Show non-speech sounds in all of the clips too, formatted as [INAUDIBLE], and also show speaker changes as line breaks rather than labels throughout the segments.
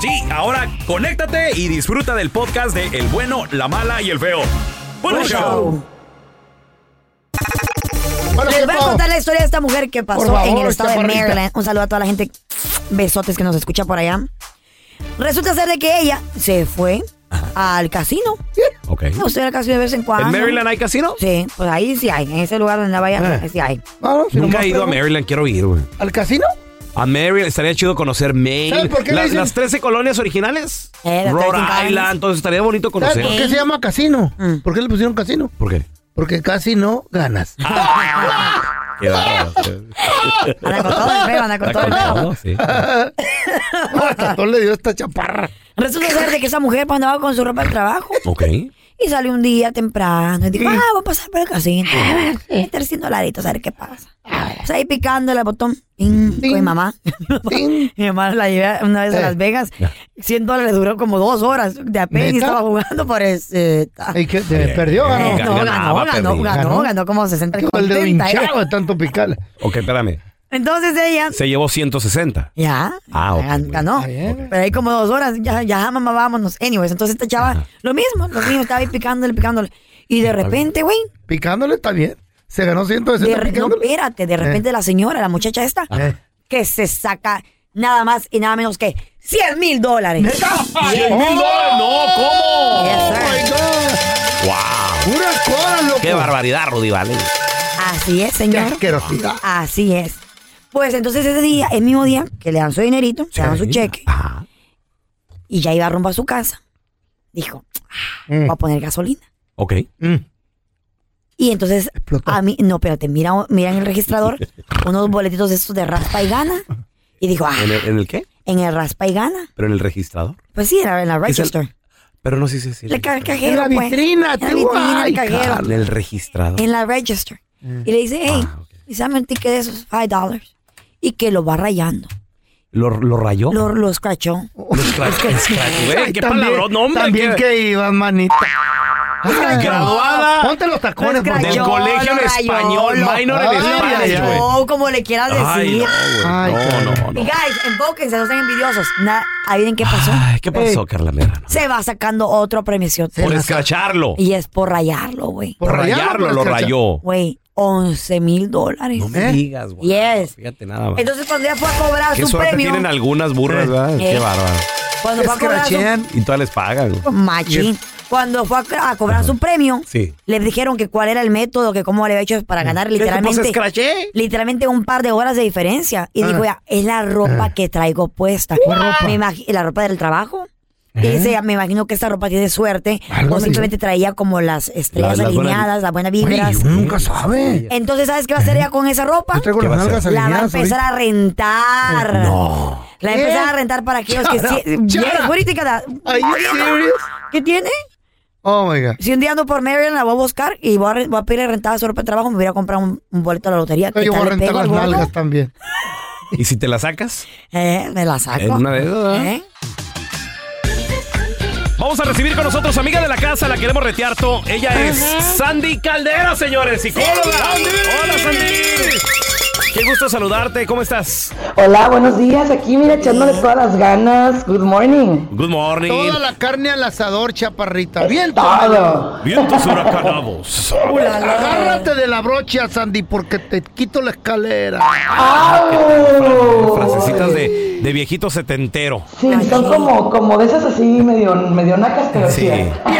Sí, ahora conéctate y disfruta del podcast de El bueno, la mala y el feo. ¡Buen show!
Les voy a contar la historia de esta mujer que pasó
Por favor,
en el estado de
chaparrita.
Maryland. Un saludo a toda la gente, besotes que nos escucha por allá. Resulta ser de que ella se fue al casino.
Ok.
No, usted al casino de vez en cuando.
¿En Maryland hay casino?
Sí, pues ahí sí hay. En ese lugar donde la vaya,
Eh.
sí hay.
Claro, si
Nunca
nomás
he ido a
pregunto.
Maryland, quiero ir, güey.
¿Al casino?
A Maryland, estaría chido conocer Maine.
¿Sabes por qué le
La-
dicen-
Las 13 colonias originales.
Eh, las 13
Rhode
colonias.
Island, entonces estaría bonito
¿Sabes
conocer.
por qué se llama casino?
Mm.
¿Por qué le pusieron casino?
¿Por Ah. qué?
Porque casi no ganas. [LAUGHS]
Qué bárbaro.
Anda con todo el feo, anda con todo el feo.
Contado, sí.
Hasta todo le dio esta chaparra.
Resulta ser de que esa mujer pues, andaba con su ropa al trabajo.
Ok.
Y salió un día temprano y dijo, ah, voy a pasar por el casino. Voy a estar haciendo laditos a ver qué pasa. O sea, ahí picándole al botón. Tin,
Tin.
Con mi mamá. [LAUGHS]
Tin.
mi mamá la llevé una vez a
Eh.
Las Vegas. 100 dólares duró como dos horas de apenas y
¿Neta?
estaba jugando por ese.
Ah.
Y que se perdió,
ganó,
ganó.
ganó,
Ganaba,
ganó, ganó,
perdía.
ganó,
Ganó.
ganó como 60 y
Todo el dedo
contenta, ¿eh?
hinchado de tanto picarle.
Ok, espérame.
Entonces ella,
Se llevó 160.
ya,
Ah, ok,
gan-
bueno.
ganó.
Está bien.
Pero ahí como dos horas, ya, ya, mamá, vámonos. Anyways, entonces esta chava, lo mismo, lo mismo, estaba ahí picándole, picándole. Y de repente, güey,
Picándole está bien. Se Eh. ganó
De
160
re- no,
eh.
picándole.
espérate, de repente la señora, la muchacha esta,
Eh.
que se saca nada más y nada menos que 100 mil dólares.
Ah,
¡Oh!
¡Cien mil dólares! ¡No! ¿Cómo?
Yes,
Oh my
sir.
God.
¡Wow!
Puras cosas, loco.
Ah. ¡Qué barbaridad, Rudy, vale!
Así es,
Qué
señor.
asquerosidad.
Así es. Pues entonces ese día, el mismo día que le dan su dinerito, le dan su cheque
Ajá.
y ya iba rumbo a su casa. Dijo, "Ah,
Mm.
voy a poner gasolina.
Ok.
Mm.
Y entonces,
Explotó.
a mí, no, espérate, mira, mira en el
[LAUGHS]
registrador unos boletitos de estos de raspa y gana. Y dijo, ah,
¿En el, en el qué?
en el raspa y gana.
¿Pero en el registrador?
Pues sí, era en la
Es el-
register.
Pero no sé si es
Le ca- el cajero,
En la
pues.
vitrina,
En la
tío.
vitrina,
Ay,
el cajero.
En el registrador.
en la register. Y le dice, hey,
Ah, ok.
y dame un ticket de esos, five dollars. Y que lo va rayando.
¿Lo, lo rayó?
Lo, lo escrachó.
Los
[LAUGHS]
crack- crack, güey,
Ay,
qué
también-
palabrón, no, hombre.
También
qué-
que ibas, manita. Ay,
Graduada.
Ponte los tacones, por
Del
escrachó,
favor.
colegio en
lo
español,
lo-
minor en
lo
Spanish,
rayó, como le quieras
Ay,
decir.
no,
Ay,
güey.
caray.
No, no,
Y
no.
guys, enfóquense, no sean envidiosos. Na, adivinen qué pasó.
Ay, ¿qué pasó,
Ey.
Carla Mera? No.
Se va sacando otro premiación.
Por escracharlo.
Y es por rayarlo, güey.
Por rayarlo, lo
por escrachar.
rayó.
Güey, 11 mil dólares.
No me
¿Eh?
digas, güey.
Yes.
Fíjate nada más.
Entonces cuando ella fue a cobrar
Qué
su
suerte
premio,
tienen algunas burras,
Eh.
¿verdad?
Eh.
Qué bárbaro.
cuando fue a cobrar su
Escrachean.
Y todas les pagan, güey.
Machín. cuando fue a, co- a cobrar su premio,
Sí.
le dijeron que cuál era el método, que cómo le había hecho para ganar
¿Qué, que, pues,
literalmente.
escraché?
Literalmente un par de horas de diferencia. Y
Ah.
dijo, ya, es la ropa que traigo puesta. Me imagi- la ropa del trabajo. Y dice, me imagino que esta ropa tiene suerte.
¿Eh?
O
Algo así.
simplemente traía como las estrellas
La- las buenas
alineadas, las buenas
Güey,
vibras.
uno nunca sabe.
Entonces, ¿sabes qué va a hacer ella con esa ropa?
Yo traigo
¿Qué
las
va a
nalgas
hacer?
La va a
alineadas.
empezar
ahorita. ¿Eh?
a rentar. No. La va a empezar
¿Qué?
a rentar para aquellos que...
Shut
sí-
up, shut
Yes, what
up.
do you think of that?
Are you serious?
¿Qué tiene?
Oh my God.
Si un día ando por Maryland, la voy a buscar y voy a, re- voy a pedir rentada su ropa de trabajo. Me voy a ir a comprar un, un boleto a la lotería. ¿Qué
Yo
tal
voy a
le
rentar
pego al
las
gordo?
nalgas también.
¿Y si te la sacas?
Eh, me la saco.
En una de esas, ¿eh?
¿Eh?
Vamos a recibir con nosotros amiga de la casa, la queremos retear todo. Ella es Sandy Caldera, señores, psicóloga. Hola, Sandy. Qué gusto saludarte, ¿cómo estás?
Hola, buenos días. Aquí, mira, echándole todas las ganas. Good morning.
Good morning.
Toda la carne al asador, chaparrita. Bien, tómala.
Todo.
Vientos huracanados.
Agárrate de la brocha, Sandy, porque te quito la escalera.
¡Au!
Frasecitas de, de viejito setentero.
Sí, son como, como de esas así medio, medio nacas, pero sí.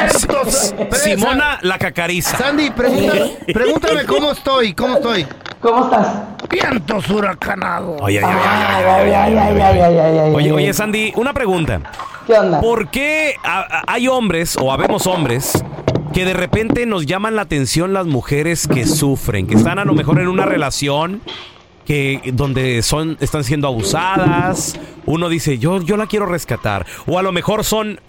Ciertos.
Simona la cacariza.
Sandy, pregúntame, pregúntame cómo estoy, cómo estoy.
¿Cómo estás?
Vientos huracanados.
Oye, oye,
Ay, ay, ay, ay, ay, ay, ay, ay.
oye, oye, Sandy, una pregunta.
¿Qué onda?
¿Por qué a- a- hay hombres o habemos hombres que de repente nos llaman la atención las mujeres que sufren, que están a lo mejor en una relación que donde son están siendo abusadas? Uno dice, "Yo yo la quiero rescatar." O a lo mejor son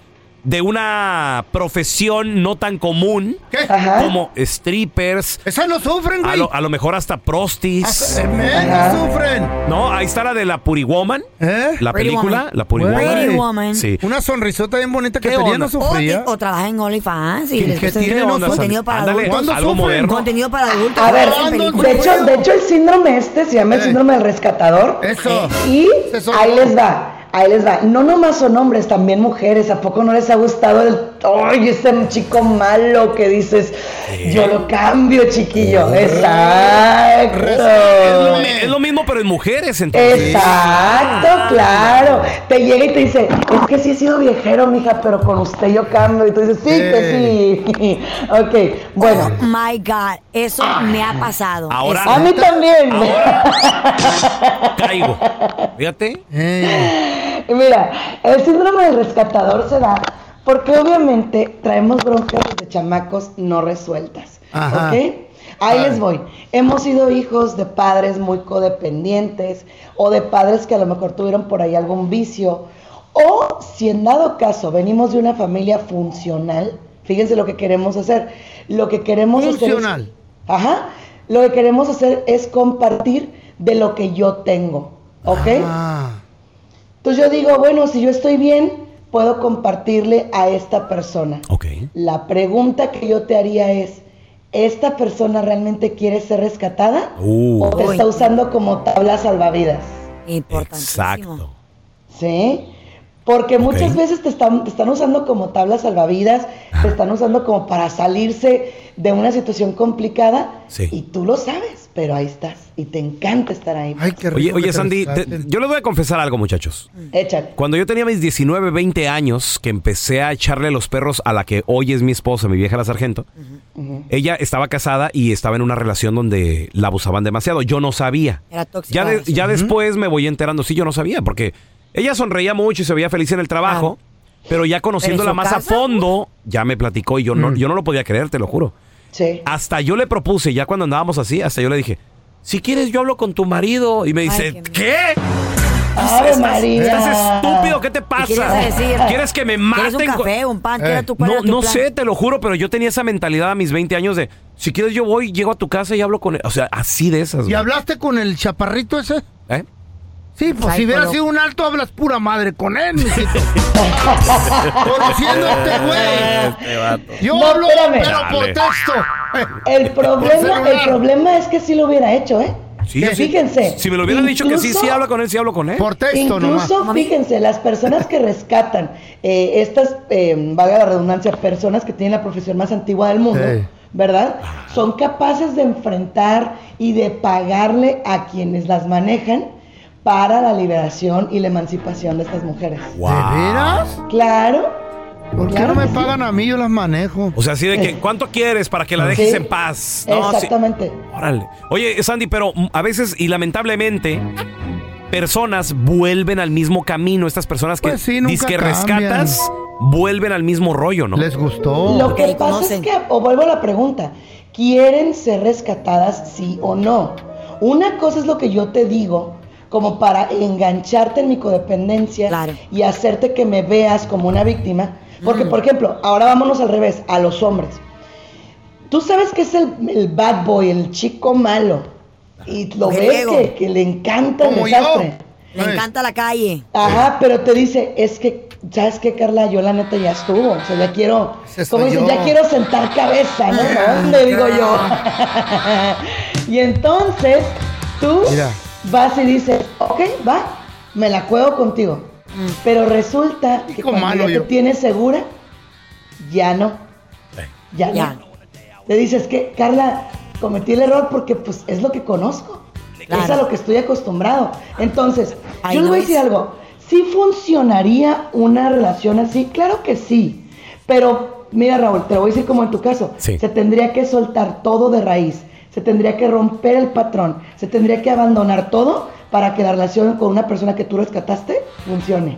de una profesión no tan común
¿Qué?
Ajá.
como strippers,
Esas no sufren,
a
güey.
lo, a lo mejor hasta
Ah,
prostis.
Hasta- men, no sufren.
No, ahí está la de la Puri Woman,
¿Eh?
la
Pretty
película,
Woman.
la Puri
Güey.
Pretty
Ay.
woman.
Sí.
Una sonrisota bien bonita que
¿Qué
tenía
onda?
Este no
O, ti-
sufría.
o trabaja en OnlyFans y
¿Qué-
les
qué
gusta
tiene
hacer
onda,
contenido para
Ándale,
adultos.
¿Cuándo
algo
sufren?
moderno.
Contenido para adultos.
A ver,
hacen
¿cuándo
de
películas.
hecho, de hecho el síndrome este se llama el
Eh.
síndrome del rescatador.
Eso.
Y
Eso.
ahí les va, ahí les va. No nomás son hombres, también mujeres. ¿A poco no les ha gustado el, ay, ese chico malo que dices, yo lo cambio, chiquillo? Exacto.
Es lo mismo, pero en mujeres, entonces.
Exacto, claro. Te llega y te dice, es que sí he sido viejero, mija, pero con usted yo cambio. Y tú dices, sí, que sí. [LAUGHS] ok, bueno.
Oh my God, eso
Ah.
me ha pasado.
Ahora-
A mí también.
Caigo. Fíjate.
Ey.
[LAUGHS] Y Mira, el síndrome del rescatador se da porque obviamente traemos broncas de chamacos no resueltas.
Ajá.
¿Ok? Ahí les voy. Hemos sido hijos de padres muy codependientes o de padres que a lo mejor tuvieron por ahí algún vicio. O si en dado caso venimos de una familia funcional, fíjense lo que queremos hacer. Lo que queremos hacer es-
Funcional.
Ajá. Lo que queremos hacer es compartir de lo que yo tengo. ¿Ok?
Ah.
Entonces yo digo, bueno, si yo estoy bien, puedo compartirle a esta persona.
Ok.
La pregunta que yo te haría es, ¿esta persona realmente quiere ser rescatada?
Uh,
¿O te está usando como tabla salvavidas?
Importantísimo.
exacto.
¿Sí? Porque muchas
Ok.
veces te están, te están usando como tabla salvavidas,
Ah.
te están usando como para salirse de una situación complicada
Sí.
y tú lo sabes, pero ahí estás y te encanta estar ahí.
Ay, qué rico
Oye,
que
oye,
te
Sandy, te-
rescaten.
yo les voy a confesar algo, muchachos.
Échale.
Cuando yo tenía mis 19, 20 años, que empecé a echarle los perros a la que hoy es mi esposa, mi vieja la sargento, ella estaba casada y estaba en una relación donde la abusaban demasiado. Yo no sabía.
Era tóxica
Ya,
la
de-
relación.
ya después me voy enterando, sí, yo no sabía, porque ella sonreía mucho y se veía feliz en el trabajo, pero ya conociéndola
su
más a
casa?
fondo, ya me platicó y yo, no, yo no lo podía creer, te lo juro.
Sí.
Hasta yo le propuse, ya cuando andábamos así, hasta yo le dije, si quieres yo hablo con tu marido. Y me dice,
qué
¿qué?
¡Ave María!
¿Estás estúpido? ¿Qué te
quieres
pasa?
decir?
¿Quieres que me
¿Quieres
maten?
un café, un pan? ¿Qué era
Eh.
tu, cuál
No,
era tu
no
plan?
sé, te lo juro, pero yo tenía esa mentalidad a mis 20 años de, si quieres yo voy, llego a tu casa y hablo con él. O sea, así de esas.
¿Y
güey.
hablaste con el chaparrito ese?
¿Eh?
Sí, pues
Ay,
si hubiera
pero-
sido un alto, hablas pura madre con
[LAUGHS]
él, mijito. Conociendo a este güey. Yo
No,
hablo,
espérame.
pero por
Dale.
texto. Eh,
El problema, el
celular.
problema es que sí lo hubiera hecho, ¿eh?
Sí,
Que
sí.
fíjense.
Si me lo hubieran dicho que sí, sí habla con él, sí hablo con él.
Por texto nomás.
Incluso, fíjense, las personas que rescatan eh, estas, eh, valga la redundancia, personas que tienen la profesión más antigua del mundo,
Sí.
¿verdad? Son capaces de enfrentar y de pagarle a quienes las manejan para la liberación y la emancipación de estas mujeres.
¿De veras?
Claro,
¿Por qué
Claro
no me
que sí.
pagan a mí? Yo las manejo.
O sea, así de
Eh.
que, ¿cuánto quieres para que la dejes en paz? No, sí.
Exactamente.
Órale. Oye, Sandy, pero mm, a veces y lamentablemente personas vuelven al mismo camino. Estas personas que
Pues sí, nunca
que
cambian.
rescatas vuelven al mismo rollo, ¿no?
Les gustó.
Lo
Porque
que
le
pasa es
conocen.
que, o vuelvo a la pregunta, ¿quieren ser rescatadas sí o no? Una cosa es lo que yo te digo como para engancharte en mi codependencia
Claro. Mm.
y hacerte que me veas como una víctima. Porque, por ejemplo, ahora vámonos al revés, a los hombres. Tú sabes que es el, el bad boy, el chico malo. Y lo
El
ves
ego.
que, que le encanta el
Como yo. Eh,
desastre.
Le
Ay.
encanta la calle.
Ajá, pero te dice, es que, ¿sabes qué, Carla? Yo la neta ya estuvo. O sea, ya quiero,
Ese soy
como dicen,
yo. Ah,
ya quiero sentar cabeza, ¿no? ¿Dónde digo yo? [LAUGHS] y entonces, tú
Mira.
vas y dices, ok, va, me la juego contigo. Pero resulta que
Mm. Hijo
cuando
malo
ya te
yo.
tienes segura, ya no. Ya,
Ya.
no. Te dices que, Carla, cometí el error porque pues es lo que conozco. Es a
Claro.
lo que estoy acostumbrado. Entonces,
Ay,
yo les
no
voy a decir
es.
algo. ¿Sí funcionaría una relación así? Claro que sí. Pero, mira, Raúl, te lo voy a decir como en tu caso.
Sí.
Se tendría que soltar todo de raíz. Se tendría que romper el patrón. Se tendría que abandonar todo para que la relación con una persona que tú rescataste funcione.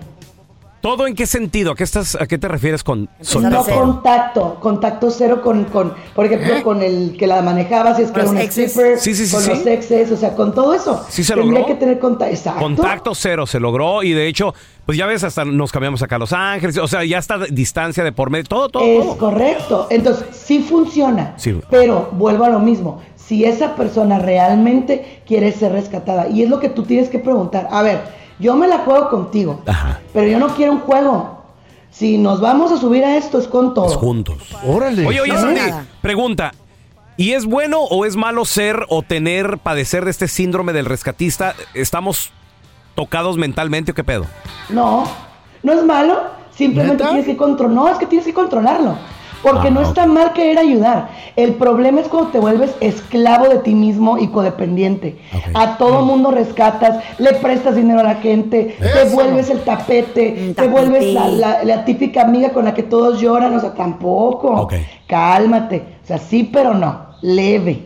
¿Todo en qué sentido? ¿A qué, estás, a qué te refieres con
Soltar
no
soltar?
cero.
contacto, contacto cero con, con por ejemplo, con el que la manejaba, si es que
Con
era un
los exes.
stripper,
Sí, sí, sí,
con
sí.
los exes, o sea, con todo eso.
Sí se
Tendría
logró.
que tener contacto. Exacto.
Contacto cero se logró y de hecho, pues ya ves, hasta nos cambiamos acá a Los Ángeles, o sea, ya está distancia de por medio, todo, todo.
Es
todo.
correcto. Entonces, sí funciona.
Sí.
Pero vuelvo a lo mismo. Si esa persona realmente quiere ser rescatada, y es lo que tú tienes que preguntar. A ver, yo me la juego contigo,
Ajá.
pero yo no quiero un juego. Si nos vamos a subir a esto, es con todo.
Pues juntos.
Órale.
Oye, oye,
No,
Sandy,
nada.
pregunta. ¿Y es bueno o es malo ser o tener, padecer de este síndrome del rescatista? ¿Estamos tocados mentalmente o qué pedo?
No, no es malo. Simplemente
¿Neta? Ah,
tienes que controlar. No, es que tienes que controlarlo. Porque no está mal querer ayudar. El problema es cuando te vuelves esclavo de ti mismo y codependiente. A todo
Mm.
mundo rescatas, le prestas dinero a la gente, te
Eso.
vuelves el tapete,
Mm,
te vuelves la,
tapete.
la- la típica amiga con la que todos lloran. O sea, tampoco.
Ok.
Cálmate. O sea, sí, pero no. Leve.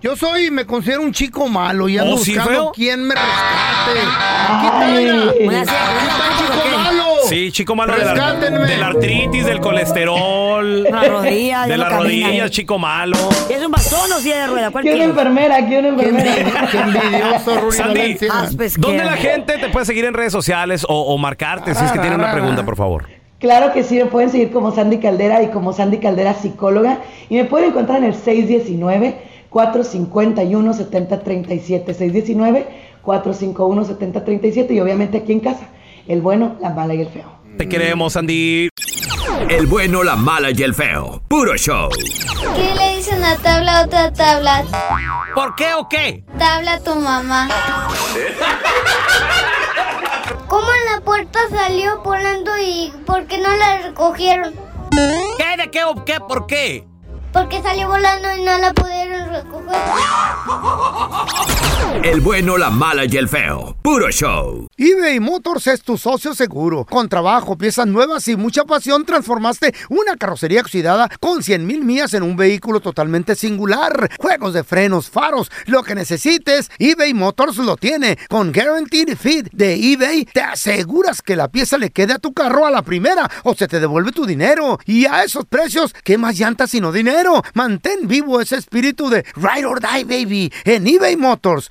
Yo soy, me considero un chico malo y ando
¿Oh, sí,
buscando
feo?
quién me rescate. Aquí
Ay.
está, mira.
Voy a hacer- voy a
Aquí está,
hacer-
chico
¿qué?
malo.
Sí, chico malo de la,
Rescátenme.
de la artritis, del colesterol,
Una rodilla, ya
de
no
las
camina.
rodillas, chico malo.
¿Es un bastón o silla de rueda? ¿Cuál
Quiero una
quieres?
enfermera, quiero una
Qué
enfermera.
envidio- qué envidioso, Rubio
Sandy.
Valencia.
Ah, pues,
¿Dónde
¿qué?
la gente te puede seguir en redes sociales o, o marcarte si es que tienen una pregunta, por favor?
Claro que sí, me pueden seguir como Sandy Caldera y como Sandy Caldera psicóloga y me pueden encontrar en el 619 451 7037 619 451 7037 y obviamente aquí en casa, el bueno, la mala y el feo.
Te queremos, Sandy.
El bueno, la mala y el feo. Puro show.
¿Qué le dice una tabla a otra tabla?
¿Por qué o qué?
Tabla a tu mamá. ¿Cómo la puerta salió volando y por qué no la recogieron?
¿Qué de qué o qué? ¿Por qué?
Porque salió volando y no la pudieron recoger.
El bueno, la mala y el feo. Puro show.
eBay Motors es tu socio seguro. Con trabajo, piezas nuevas y mucha pasión, transformaste una carrocería oxidada con 100 mil millas en un vehículo totalmente singular. Juegos de frenos, faros, lo que necesites, eBay Motors lo tiene. Con Guaranteed Fit de eBay, te aseguras que la pieza le quede a tu carro a la primera o se te devuelve tu dinero. Y a esos precios, ¿qué más llantas sino dinero? Mantén vivo ese espíritu de Ride or Die, baby, en eBay Motors.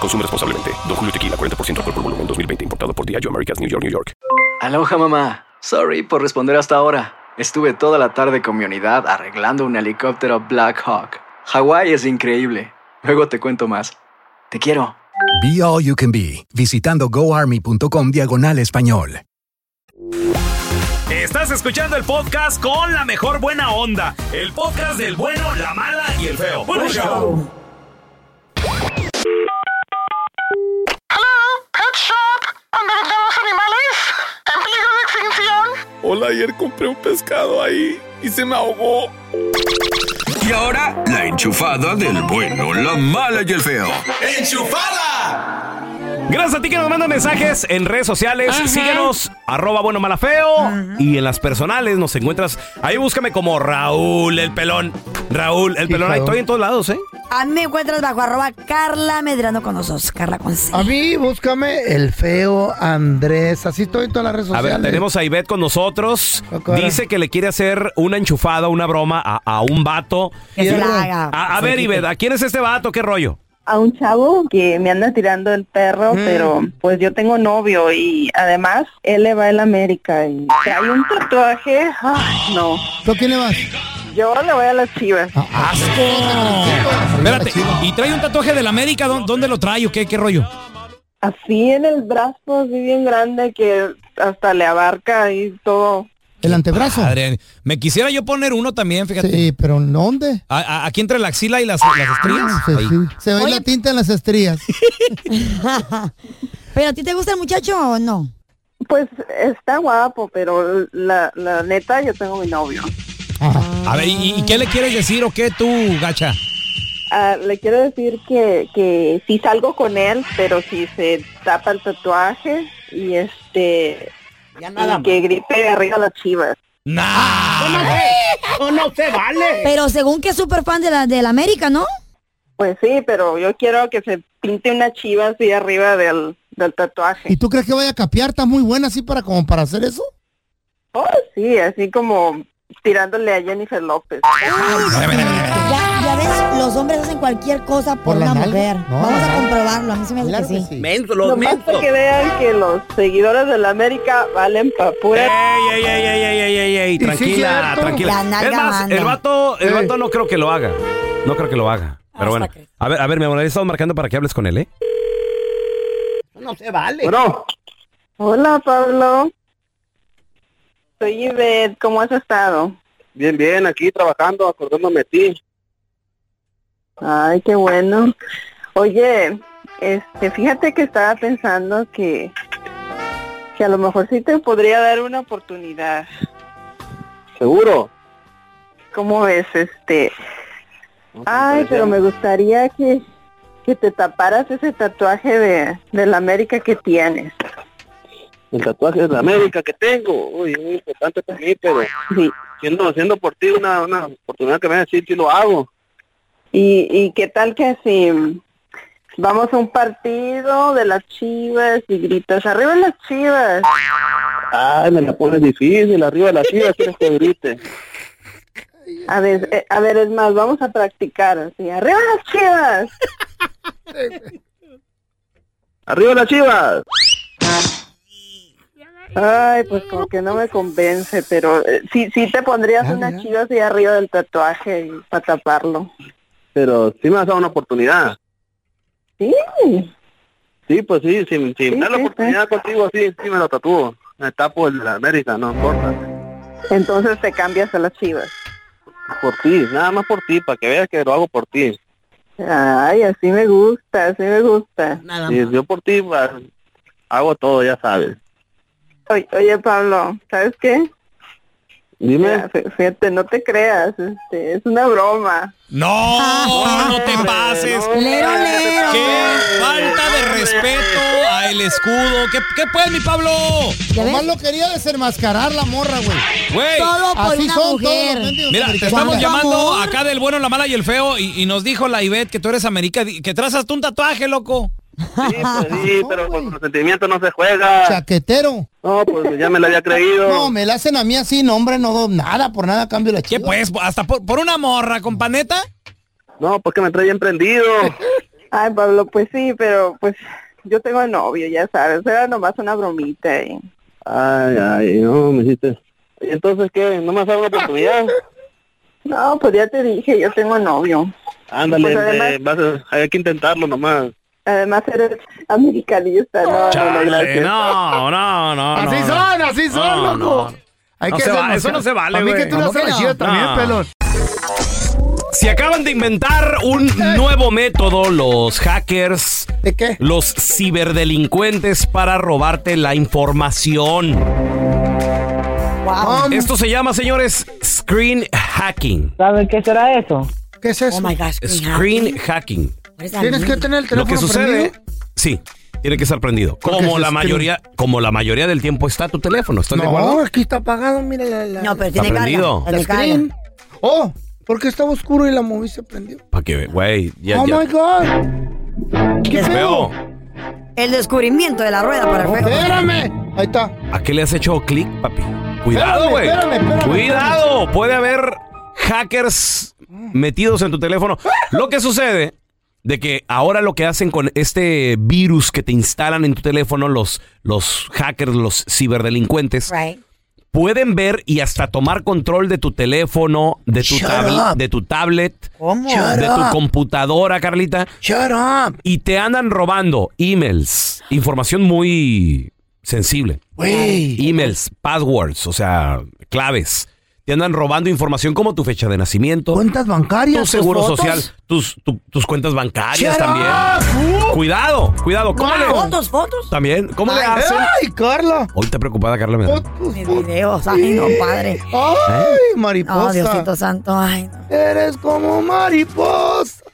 Consume responsablemente. Don Julio Tequila 40% alcohol por volumen 2020 importado por Diageo Americas New York New York.
Aloha mamá. Sorry por responder hasta ahora. Estuve toda la tarde con mi unidad arreglando un helicóptero Black Hawk. Hawái es increíble. Luego te cuento más. Te quiero.
Be All You Can Be, visitando goarmy.com diagonal español.
Estás escuchando el podcast con la mejor buena onda. El podcast del bueno, la mala y el feo. Bueno, show.
Hello, Pet Shop, donde vendemos animales en peligro de extinción.
Hola, ayer compré un pescado ahí y se me ahogó.
Y ahora, la enchufada del bueno, la mala y el feo.
¡Enchufada! Gracias a ti que nos mandan mensajes en redes sociales. Síguenos, arroba bueno mala feo. Y en las personales nos encuentras. Ahí búscame como Raúl el pelón. Raúl el pelón. Ahí estoy en todos lados, ¿eh?
A mí me encuentras bajo arroba Carla Medrano con nosotros. Carla con C.
A mí, búscame el feo Andrés. Así estoy en todas las redes
A
sociales.
ver, tenemos a Ivette con nosotros.
Cocara.
Dice que le quiere hacer una enchufada, una broma a, a un vato.
Que se la haga.
A, a ver, Ivette, ¿a quién es este vato? ¿Qué rollo?
a un chavo que me anda tirando el perro, pero pues yo tengo novio y además él le va el América y hay un tatuaje, ay, no.
¿Tú quién le vas?
Yo le voy a las chivas.
Espérate, y trae un tatuaje del América, ¿dó- ¿dónde lo trae o qué, qué rollo?
Así en el brazo, así bien grande que hasta le abarca y todo.
¿El antebrazo?
Padre, me quisiera yo poner uno también, fíjate.
Sí, pero ¿en ¿dónde?
A- a- aquí entre la axila y las, las estrías.
Sí,
Ahí.
sí. Se ve la tinta en las estrías.
¿Pero a ti te gusta el muchacho o no?
Pues está guapo, pero la, la neta yo tengo mi novio.
A ver, ¿y, y qué le quieres decir o qué tú, gacha?
Ah, le quiero decir que, que sí salgo con él, pero si se tapa el tatuaje y este y que gripe arriba las chivas.
[LAUGHS] No, no se vale. Pero según que es súper fan de la, del América, ¿no?
Pues sí, pero yo quiero que se pinte una chiva así arriba del, del tatuaje.
¿Y tú crees que vaya a capear? ¿Está muy buena así para como para hacer eso?
Oh, sí, así como tirándole a Jennifer López.
Ya, ya ves, los hombres hacen cualquier cosa por, una mujer. Vamos a comprobarlo, a mí se me hace que sí.
Lo más para que vean que los seguidores de la América valen pa' pura...
Ey, ey, ey, ey, ey, ey, ey,
sí,
tranquila,
cierto. La
tranquila.
nalga
Es más,
manda.
el vato, el vato no creo que lo haga. No creo que lo haga. Pero bueno. A ver, a ver, mi amor, he estado marcando para que hables con él, ¿eh?
No se vale.
Hola, Pablo. Soy Ivette, ¿cómo has estado?
Bien, bien, aquí trabajando, acordándome de ti.
Ay, qué bueno. Oye, este, fíjate que estaba pensando que, que a lo mejor sí te podría dar una oportunidad.
¿Seguro?
¿Cómo ves, este? Ay, pero me gustaría que, que te taparas ese tatuaje de, de la América que tienes.
El tatuaje de la América que tengo, uy, es muy importante para mí, pero [LAUGHS] siendo, siendo por ti una, una oportunidad que me van a decir si lo hago.
¿Y, y qué tal que si vamos a un partido de las chivas y gritas, arriba las chivas?
Ay, me la pones difícil, arriba de la chiva
[LAUGHS]
quieres que grite.
A ver, eh, a ver, es más, vamos a practicar así, arriba las chivas.
¡Arriba las chivas!
Ay, pues como que no me convence, pero eh, sí, sí te pondrías una chiva así arriba del tatuaje y para taparlo.
Pero sí me has dado una oportunidad.
Sí.
Sí, pues sí, si, si me das la oportunidad contigo, sí, sí me lo tatúo. Me tapo el de la América, no importa.
Entonces te cambias a las chivas.
Por ti, nada más por ti, para que veas que lo hago por ti.
Ay, así me gusta, así me gusta.
Sí, yo por ti ah, hago todo, ya sabes.
Oye, oye, Pablo, ¿sabes qué?
Dime.
Fí- Fíjate, no te creas, este, es una broma.
No,
Ah.
no te pases. Qué falta de respeto a el escudo. ¿Qué, qué pues, mi Pablo?
Nomás lo quería desenmascarar la morra, güey.
Güey.
Todo por Así una son mujer. todos los mendigos
Mira, te
americanos.
estamos
Cuánto
llamando
amor.
acá del bueno, la mala y el feo y, y nos dijo la Ivette que tú eres América, di- que trazas tú un tatuaje, loco.
Sí, pues sí, pero con los sentimientos no se juega.
Chaquetero.
No, pues ya me lo había creído.
No, me la hacen a mí así, no, hombre, no do nada, por nada cambio la chica. ¿Qué
pues? ¿Hasta por, por una morra, companeta?
No, pues que me trae emprendido.
Ay, Pablo, pues sí, pero pues yo tengo novio, ya sabes, era nomás una bromita. y-
Ay, ay, no, me hiciste. ¿Y entonces qué? ¿No me has dado una oportunidad?
No, pues ya te dije, yo tengo novio.
Ándale,
Pues además-
eh, vas a- hay que intentarlo nomás.
Además eres americanista, no, no, no,
Chale,
gracias.
Eh, no, no, no.
Así
no,
son,
no.
así son,
No,
loco.
no. No se va- eso no se vale,
A mí que
güey.
tú lo
¿Cómo
haces
que
la
no?
chida también,
No.
pelón.
Si acaban de inventar un nuevo método, los hackers.
¿De qué?
Los ciberdelincuentes para robarte la información. Esto se llama, señores, screen hacking.
¿Saben qué será eso?
¿Qué es
eso? Oh my gosh.
Screen hacking.
Tienes que tener el
Lo
teléfono
que sucede,
prendido.
sí, tiene que estar prendido.
Porque
Como
se
la
screen-
mayoría, como la mayoría del tiempo está tu teléfono, ¿estás de acuerdo?
No, aquí está apagado, mira la... la-
No, pero
Está
tiene carga.
prendido.
Tiene
La
carga.
screen. Oh, porque estaba oscuro y la moví y se prendió.
Para que, güey, ya,
oh
ya-
my God. ¿Qué pedo?
Veo.
El descubrimiento de la rueda para el juego.
Espérame. Ahí está.
¿A qué le has hecho clic, papi? Cuidado,
Espérame,
güey.
espérame, espérame,
Cuidado, puede haber hackers metidos en tu teléfono. Lo que sucede de que ahora lo que hacen con este virus que te instalan en tu teléfono los los hackers, los ciberdelincuentes, pueden ver y hasta tomar control de tu teléfono, de tu
Shut
tablet,
up.
de tu tablet,
Shut
de tu
up.
computadora, Carlita. Y te andan robando emails, información muy sensible. Emails, passwords, o sea, claves. Te andan robando información como tu fecha de nacimiento,
Cuentas bancarias.
tu seguro
fotos.
social, tus, tu- tus cuentas bancarias
Shut
también. Cuidado, cuidado. ¿Cómo le-
¿Fotos, fotos?
También, ¿cómo le
Ay,
hacen?
Ay, Carla.
Hoy está preocupada, Carla. me da-
Mis videos, ay, no, padre.
Ay,
¿Eh?
mariposa.
No, Oh, Diosito santo, ay, no.
Eres como mariposa.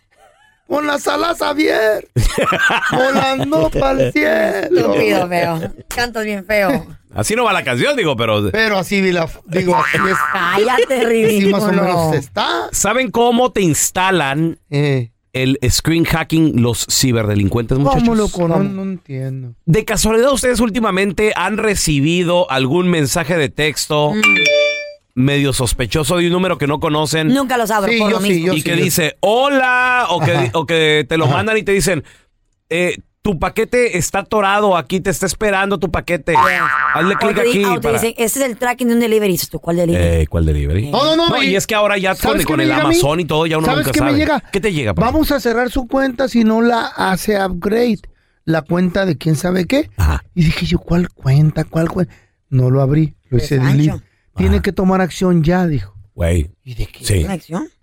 Con las alas abiertas.
[LAUGHS]
volando pa'l cielo. [LAUGHS]
Estúpido, feo. Cantas bien feo.
Así no va la canción, digo, pero...
Pero así vi la... Digo, así es.
Cállate,
[LAUGHS] Así
ridículo.
más o menos está.
¿Saben cómo te instalan
Eh,
el screen hacking los ciberdelincuentes, muchachos?
¿Cómo, loco? No, no entiendo.
De casualidad, ustedes últimamente han recibido algún mensaje de texto
Mm.
medio sospechoso de un número que no conocen.
Nunca los abro
Sí,
por
yo
lo
sí,
mismo.
yo
y que dice, hola, o que, o que te lo mandan y te dicen, eh, tu paquete está atorado, aquí te está esperando tu paquete. Hazle
O
clic
te di-
aquí.
o te
para-
dicen, este es el tracking de un delivery. Dices tú, ¿cuál delivery?
Eh, ¿Cuál delivery?
No, no, no,
y,
y-
es que ahora ya con,
¿sabes qué
con
me
el
llega a mí?
Amazon y todo, ya uno
¿Sabes
nunca
qué me
sabe.
llega?
¿Qué te llega? papá?
Vamos a cerrar su cuenta si no la hace upgrade. La cuenta de quién sabe qué. Y dije yo, ¿cuál cuenta? ¿Cuál cuenta? No lo abrí, lo hice delete. Tiene que tomar acción ya, dijo.
Güey.
¿Y de qué?
Sí.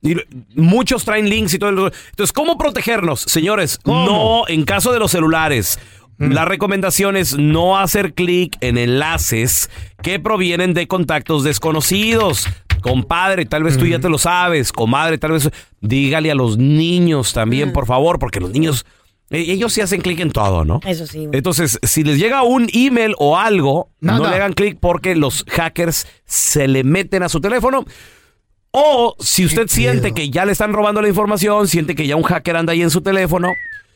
Y lo- muchos traen links y todo. el- Entonces, ¿cómo protegernos, señores? No, en caso de los celulares. La recomendación es no hacer clic en enlaces que provienen de contactos desconocidos. Compadre, tal vez tú ya te lo sabes. Comadre, tal vez. Dígale a los niños también, por favor, porque los niños. e- Ellos sí hacen clic en todo, ¿no?
Eso sí, güey.
Entonces, si les llega un email o algo, no
Nada.
le hagan clic porque los hackers se le meten a su teléfono. O si usted siente que ya le están robando la información, siente que ya un hacker anda ahí en su teléfono.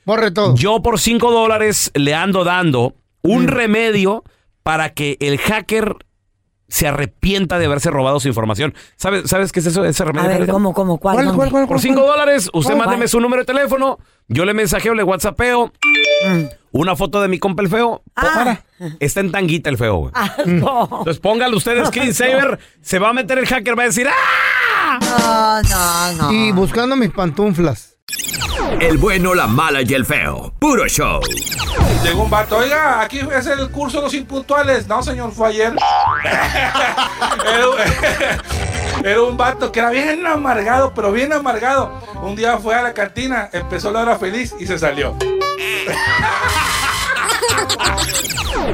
Borre todo.
Yo por 5 dólares le ando dando un remedio para que el hacker se arrepienta de haberse robado su información. ¿Sabes, ¿sabes qué es eso? Ese remedio.
A ver,
Carlita?
¿cómo, cómo, cuál?
¿Cuál,
dónde?
cuál, cuál, Por 5 dólares, usted
¿Cuál?
mándeme su número de teléfono, yo le mensajeo, le whatsappeo, Mm. una foto de mi compa el feo. Está en tanguita el feo, güey.
Ah, [LAUGHS] no.
Entonces póngale ustedes [LAUGHS] screensaver, se va a meter el hacker, va a decir ¡ah!
No, no, no.
Y buscando mis pantuflas.
El bueno, la mala y el feo. Puro show.
Llegó un vato, oiga, aquí es el curso de los impuntuales. No, señor, fue ayer. [LAUGHS] era, un- [LAUGHS] era un vato que era bien amargado, pero bien amargado. Un día fue a la cantina, empezó la hora feliz y se salió.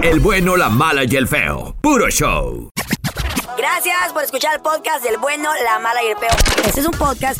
El bueno, la mala y el feo. Puro show.
Gracias por escuchar el podcast del bueno, la mala y el peo. Este es un podcast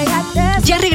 Ya